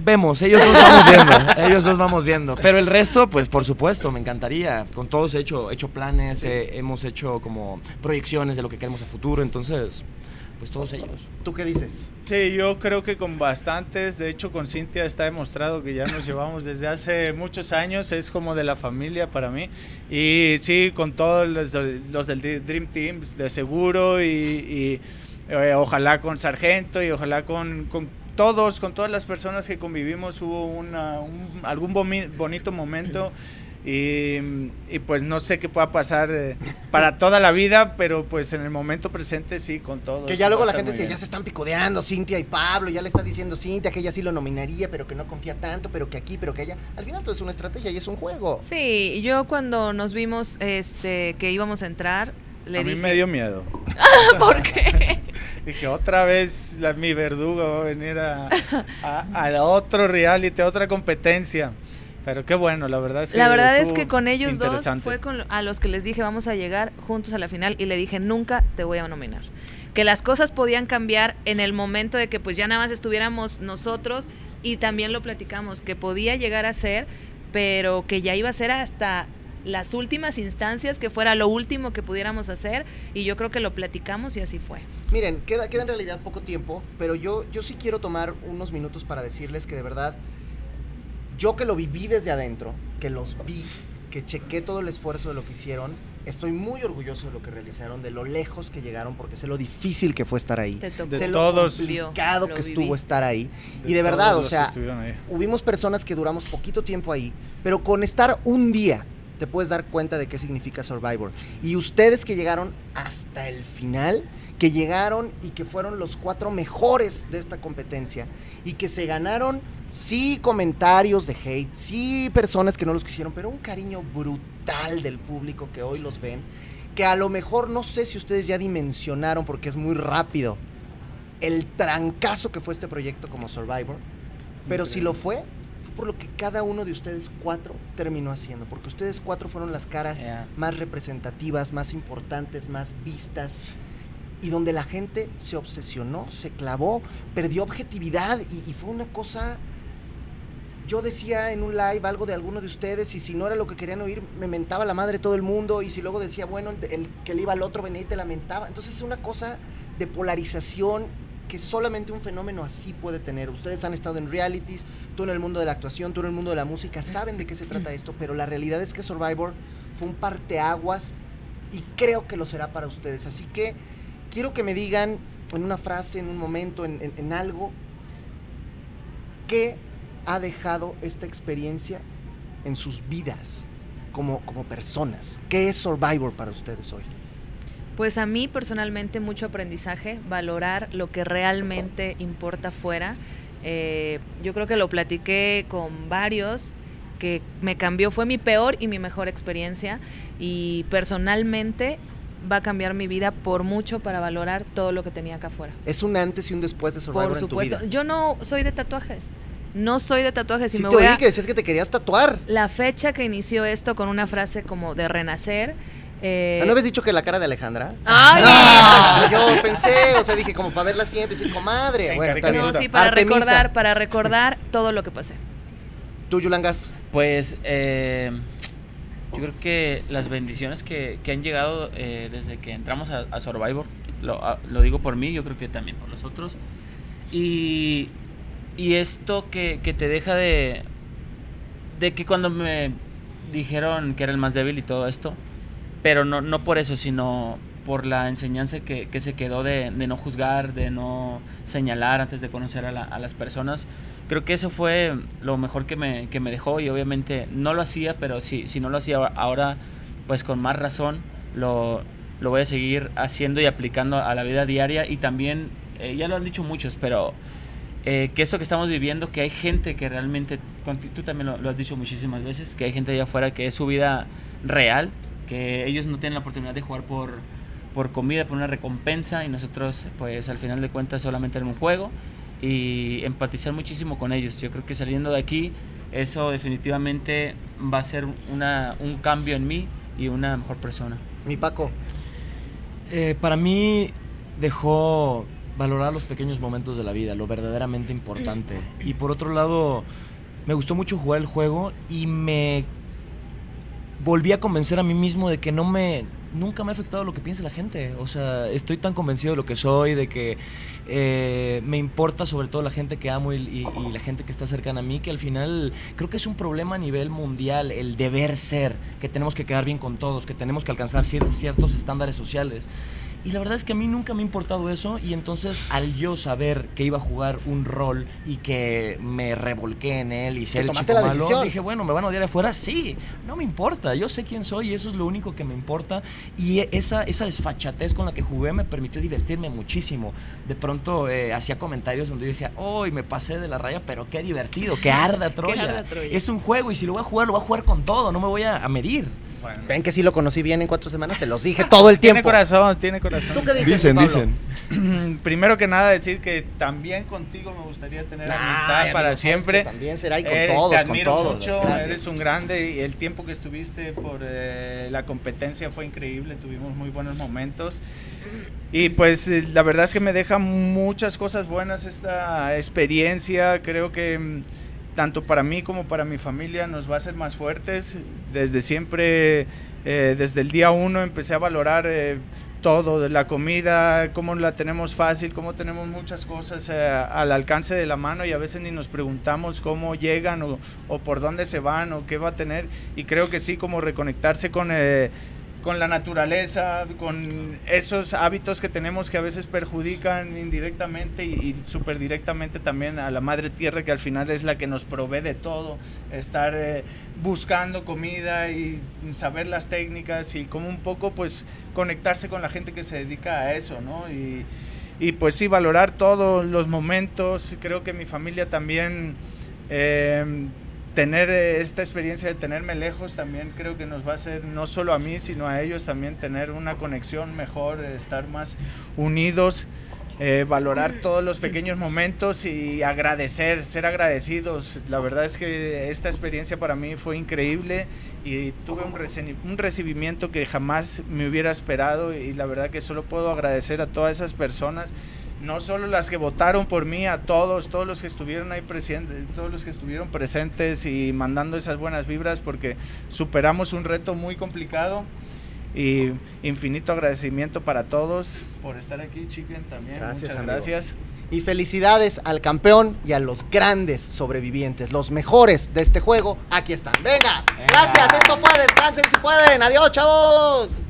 Vemos, ellos dos vamos viendo, ellos dos vamos viendo. Pero el resto, pues por supuesto, me encantaría. Con todos he hecho, he hecho planes, eh, hemos hecho como proyecciones de lo que queremos a futuro, entonces, pues todos ellos. ¿Tú qué dices? Sí, yo creo que con bastantes, de hecho con Cintia está demostrado que ya nos llevamos desde hace muchos años, es como de la familia para mí. Y sí, con todos los, del- los del Dr- Dream Team, de seguro, y, y, eh, ojalá con Sargento y ojalá con, con todos, con todas las personas que convivimos, hubo una- un- algún bomi- bonito momento. Y, y, pues no sé qué pueda pasar eh, para toda la vida, pero pues en el momento presente sí, con todos. Que ya luego va la a estar gente Oh, muy dice, bien. ya se están picodeando Cintia y Pablo, ya le está diciendo Cintia que ella sí lo nominaría, pero que no confía tanto, pero que aquí, pero que allá. Al final todo es una estrategia y es un juego. Sí, yo cuando nos vimos este, que íbamos a entrar, le a dije. mí me dio miedo. ¿Por qué? Dije, otra vez la, mi verdugo va a venir a, a- a otro reality, a otra competencia. Pero qué bueno, la verdad es que La verdad es que estuvo con ellos dos interesante. fue con, a los que les dije vamos a llegar juntos a la final y le dije nunca te voy a nominar. Que las cosas podían cambiar en el momento de que pues ya nada más estuviéramos nosotros y también lo platicamos, que podía llegar a ser, pero que ya iba a ser hasta las últimas instancias, que fuera lo último que pudiéramos hacer y yo creo que lo platicamos y así fue. Miren, queda, queda en realidad poco tiempo, pero yo, yo sí quiero tomar unos minutos para decirles que de verdad, yo que lo viví desde adentro, que los vi, que chequé todo el esfuerzo de lo que hicieron, estoy muy orgulloso de lo que realizaron, de lo lejos que llegaron, porque sé lo difícil que fue estar ahí. Te tocó. De sé todos. lo Vio, complicado lo que estuvo viviste. estar ahí. y de verdad, o todos los que sea, estuvieron ahí. hubimos personas que duramos poquito tiempo ahí, pero con estar un día te puedes dar cuenta de qué significa Survivor. Y ustedes que llegaron hasta el final, que llegaron y que fueron los cuatro mejores de esta competencia y que se ganaron, sí, comentarios de hate, sí, personas que no los quisieron, pero un cariño brutal del público que hoy los ven, que a lo mejor no sé si ustedes ya dimensionaron porque es muy rápido el trancazo que fue este proyecto como Survivor, pero si lo fue, fue por lo que cada uno de ustedes cuatro terminó haciendo, porque ustedes cuatro fueron las caras Ya. más representativas, más importantes, más vistas, y donde la gente se obsesionó, se clavó, perdió objetividad y, y fue una cosa... Yo decía en un live algo de alguno de ustedes y si no era lo que querían oír, me mentaba la madre todo el mundo y si luego decía, bueno, el, el que le iba al otro venía y te lamentaba. Entonces es una cosa de polarización que solamente un fenómeno así puede tener. Ustedes han estado en realities, tú en el mundo de la actuación, tú en el mundo de la música, saben de qué se trata esto, pero la realidad es que Survivor fue un parteaguas y creo que lo será para ustedes. Así que quiero que me digan en una frase, en un momento, en, en- en algo, qué ha dejado esta experiencia en sus vidas como, como personas. ¿Qué es Survivor para ustedes hoy? Pues a mí personalmente mucho aprendizaje, valorar lo que realmente importa fuera. Eh, yo creo que lo platiqué con varios que me cambió, fue mi peor y mi mejor experiencia y personalmente va a cambiar mi vida por mucho para valorar todo lo que tenía acá afuera. ¿Es un antes y un después de Survivor Por en supuesto, tu vida? yo no soy de tatuajes, no soy de tatuajes y sí me te voy oí a... que decías que te querías tatuar. La fecha que inició esto con una frase como de renacer. eh, Ah. ¿Ah, ¿No habías dicho que la ¡Ah! cara de Alejandra? ¡Ay! No, yo pensé, o sea, dije como para verla siempre, sí, comadre. En Bueno, está bien. No, caricatura. sí, para Artemisa. recordar, para recordar todo lo que pasé. Tú, Yulangas, Pues eh, yo creo que las bendiciones que, que han llegado eh, desde que entramos a, a Survivor, lo, a- lo digo por mí, yo creo que también por los otros. Y, y esto que, que te deja de, de que cuando me dijeron que era el más débil y todo esto, pero no, no por eso, sino por la enseñanza que, que se quedó de, de no juzgar, de no señalar antes de conocer a, la- a las personas. Creo que eso fue lo mejor que me, que me dejó y obviamente no lo hacía, pero si, si no lo hacía ahora- ahora, pues con más razón lo, lo voy a seguir haciendo y aplicando a la vida diaria y también, eh, ya lo han dicho muchos, pero eh, que esto que estamos viviendo, que hay gente que realmente, conti- tú también lo, lo has dicho muchísimas veces, que hay gente allá afuera que es su vida real, que ellos no tienen la oportunidad de jugar por, por comida, por una recompensa, y nosotros, pues al final de cuentas, solamente era un juego, y empatizar muchísimo con ellos. Yo creo que saliendo de aquí, eso definitivamente va a ser una, un cambio en mí y una mejor persona. mi Paco. Eh, para mí dejó valorar los pequeños momentos de la vida, lo verdaderamente importante. Y por otro lado, me gustó mucho jugar el juego y me volví a convencer a mí mismo de que no me nunca me ha afectado lo que piense la gente. O sea, estoy tan convencido de lo que soy, de que eh, me importa sobre todo la gente que amo y, y- y la gente que está cercana a mí, que al final creo que es un problema a nivel mundial, el deber ser, que tenemos que quedar bien con todos, que tenemos que alcanzar cier- ciertos estándares sociales. Y la verdad es que a mí nunca me ha importado eso y entonces al yo saber que iba a jugar un rol y que me revolqué en él y ser el tomaste chico la malo, decisión. dije, bueno, ¿me van a odiar afuera? Sí, no me importa, yo sé quién soy y eso es lo único que me importa y e- esa, esa desfachatez con la que jugué me permitió divertirme muchísimo. De pronto eh, hacía comentarios donde yo decía, ¡Uy, me pasé de la raya, pero qué divertido, que arda Troya! arda Troya. Es un juego y si lo voy a jugar, lo voy a jugar con todo, no me voy a, a medir. Bueno. Ven que sí lo conocí bien en cuatro semanas, se los dije todo el Tiene tiempo. corazón, tiene corazón. ¿Tú qué dices, Dicen, mi Pablo? dicen. Primero que nada decir que también contigo me gustaría tener Ay, amistad amigo, para sabes siempre. que Este, También será y con Eh, te todos, con admiro todos. mucho, Gracias. eres un grande y el tiempo que estuviste por eh, la competencia fue increíble, tuvimos muy buenos momentos. Y pues eh, la verdad es que me deja muchas cosas buenas esta experiencia, creo que mm, tanto para mí como para mi familia nos va a hacer más fuertes. Desde siempre, eh, desde el día uno empecé a valorar eh, todo, de la comida, cómo la tenemos fácil, cómo tenemos muchas cosas eh, al alcance de la mano y a veces ni nos preguntamos cómo llegan o, o por dónde se van o qué va a tener. Y creo que sí, como reconectarse con... eh, con la naturaleza, con esos hábitos que tenemos que a veces perjudican indirectamente y, y súper directamente también a la madre tierra que al final es la que nos provee de todo, estar eh, buscando comida y saber las técnicas y como un poco pues conectarse con la gente que se dedica a eso, ¿no? Y, y pues sí, valorar todos los momentos, creo que mi familia también... eh, tener eh, esta experiencia de tenerme lejos también creo que nos va a hacer no solo a mí sino a ellos también tener una conexión mejor eh, estar más unidos eh, valorar todos los pequeños momentos y agradecer ser agradecidos la verdad es que esta experiencia para mí fue increíble y tuve un, reci- un recibimiento que jamás me hubiera esperado y la verdad que solo puedo agradecer a todas esas personas no solo las que votaron por mí, a todos, todos los que estuvieron ahí presentes, todos los que estuvieron presentes y mandando esas buenas vibras porque superamos un reto muy complicado y infinito agradecimiento para todos por estar aquí, Chicken, también. Gracias, Muchas amigo. gracias. Y felicidades al campeón y a los grandes sobrevivientes, los mejores de este juego. Aquí están. Venga, gracias. Esto fue Descansen si pueden. Adiós, chavos.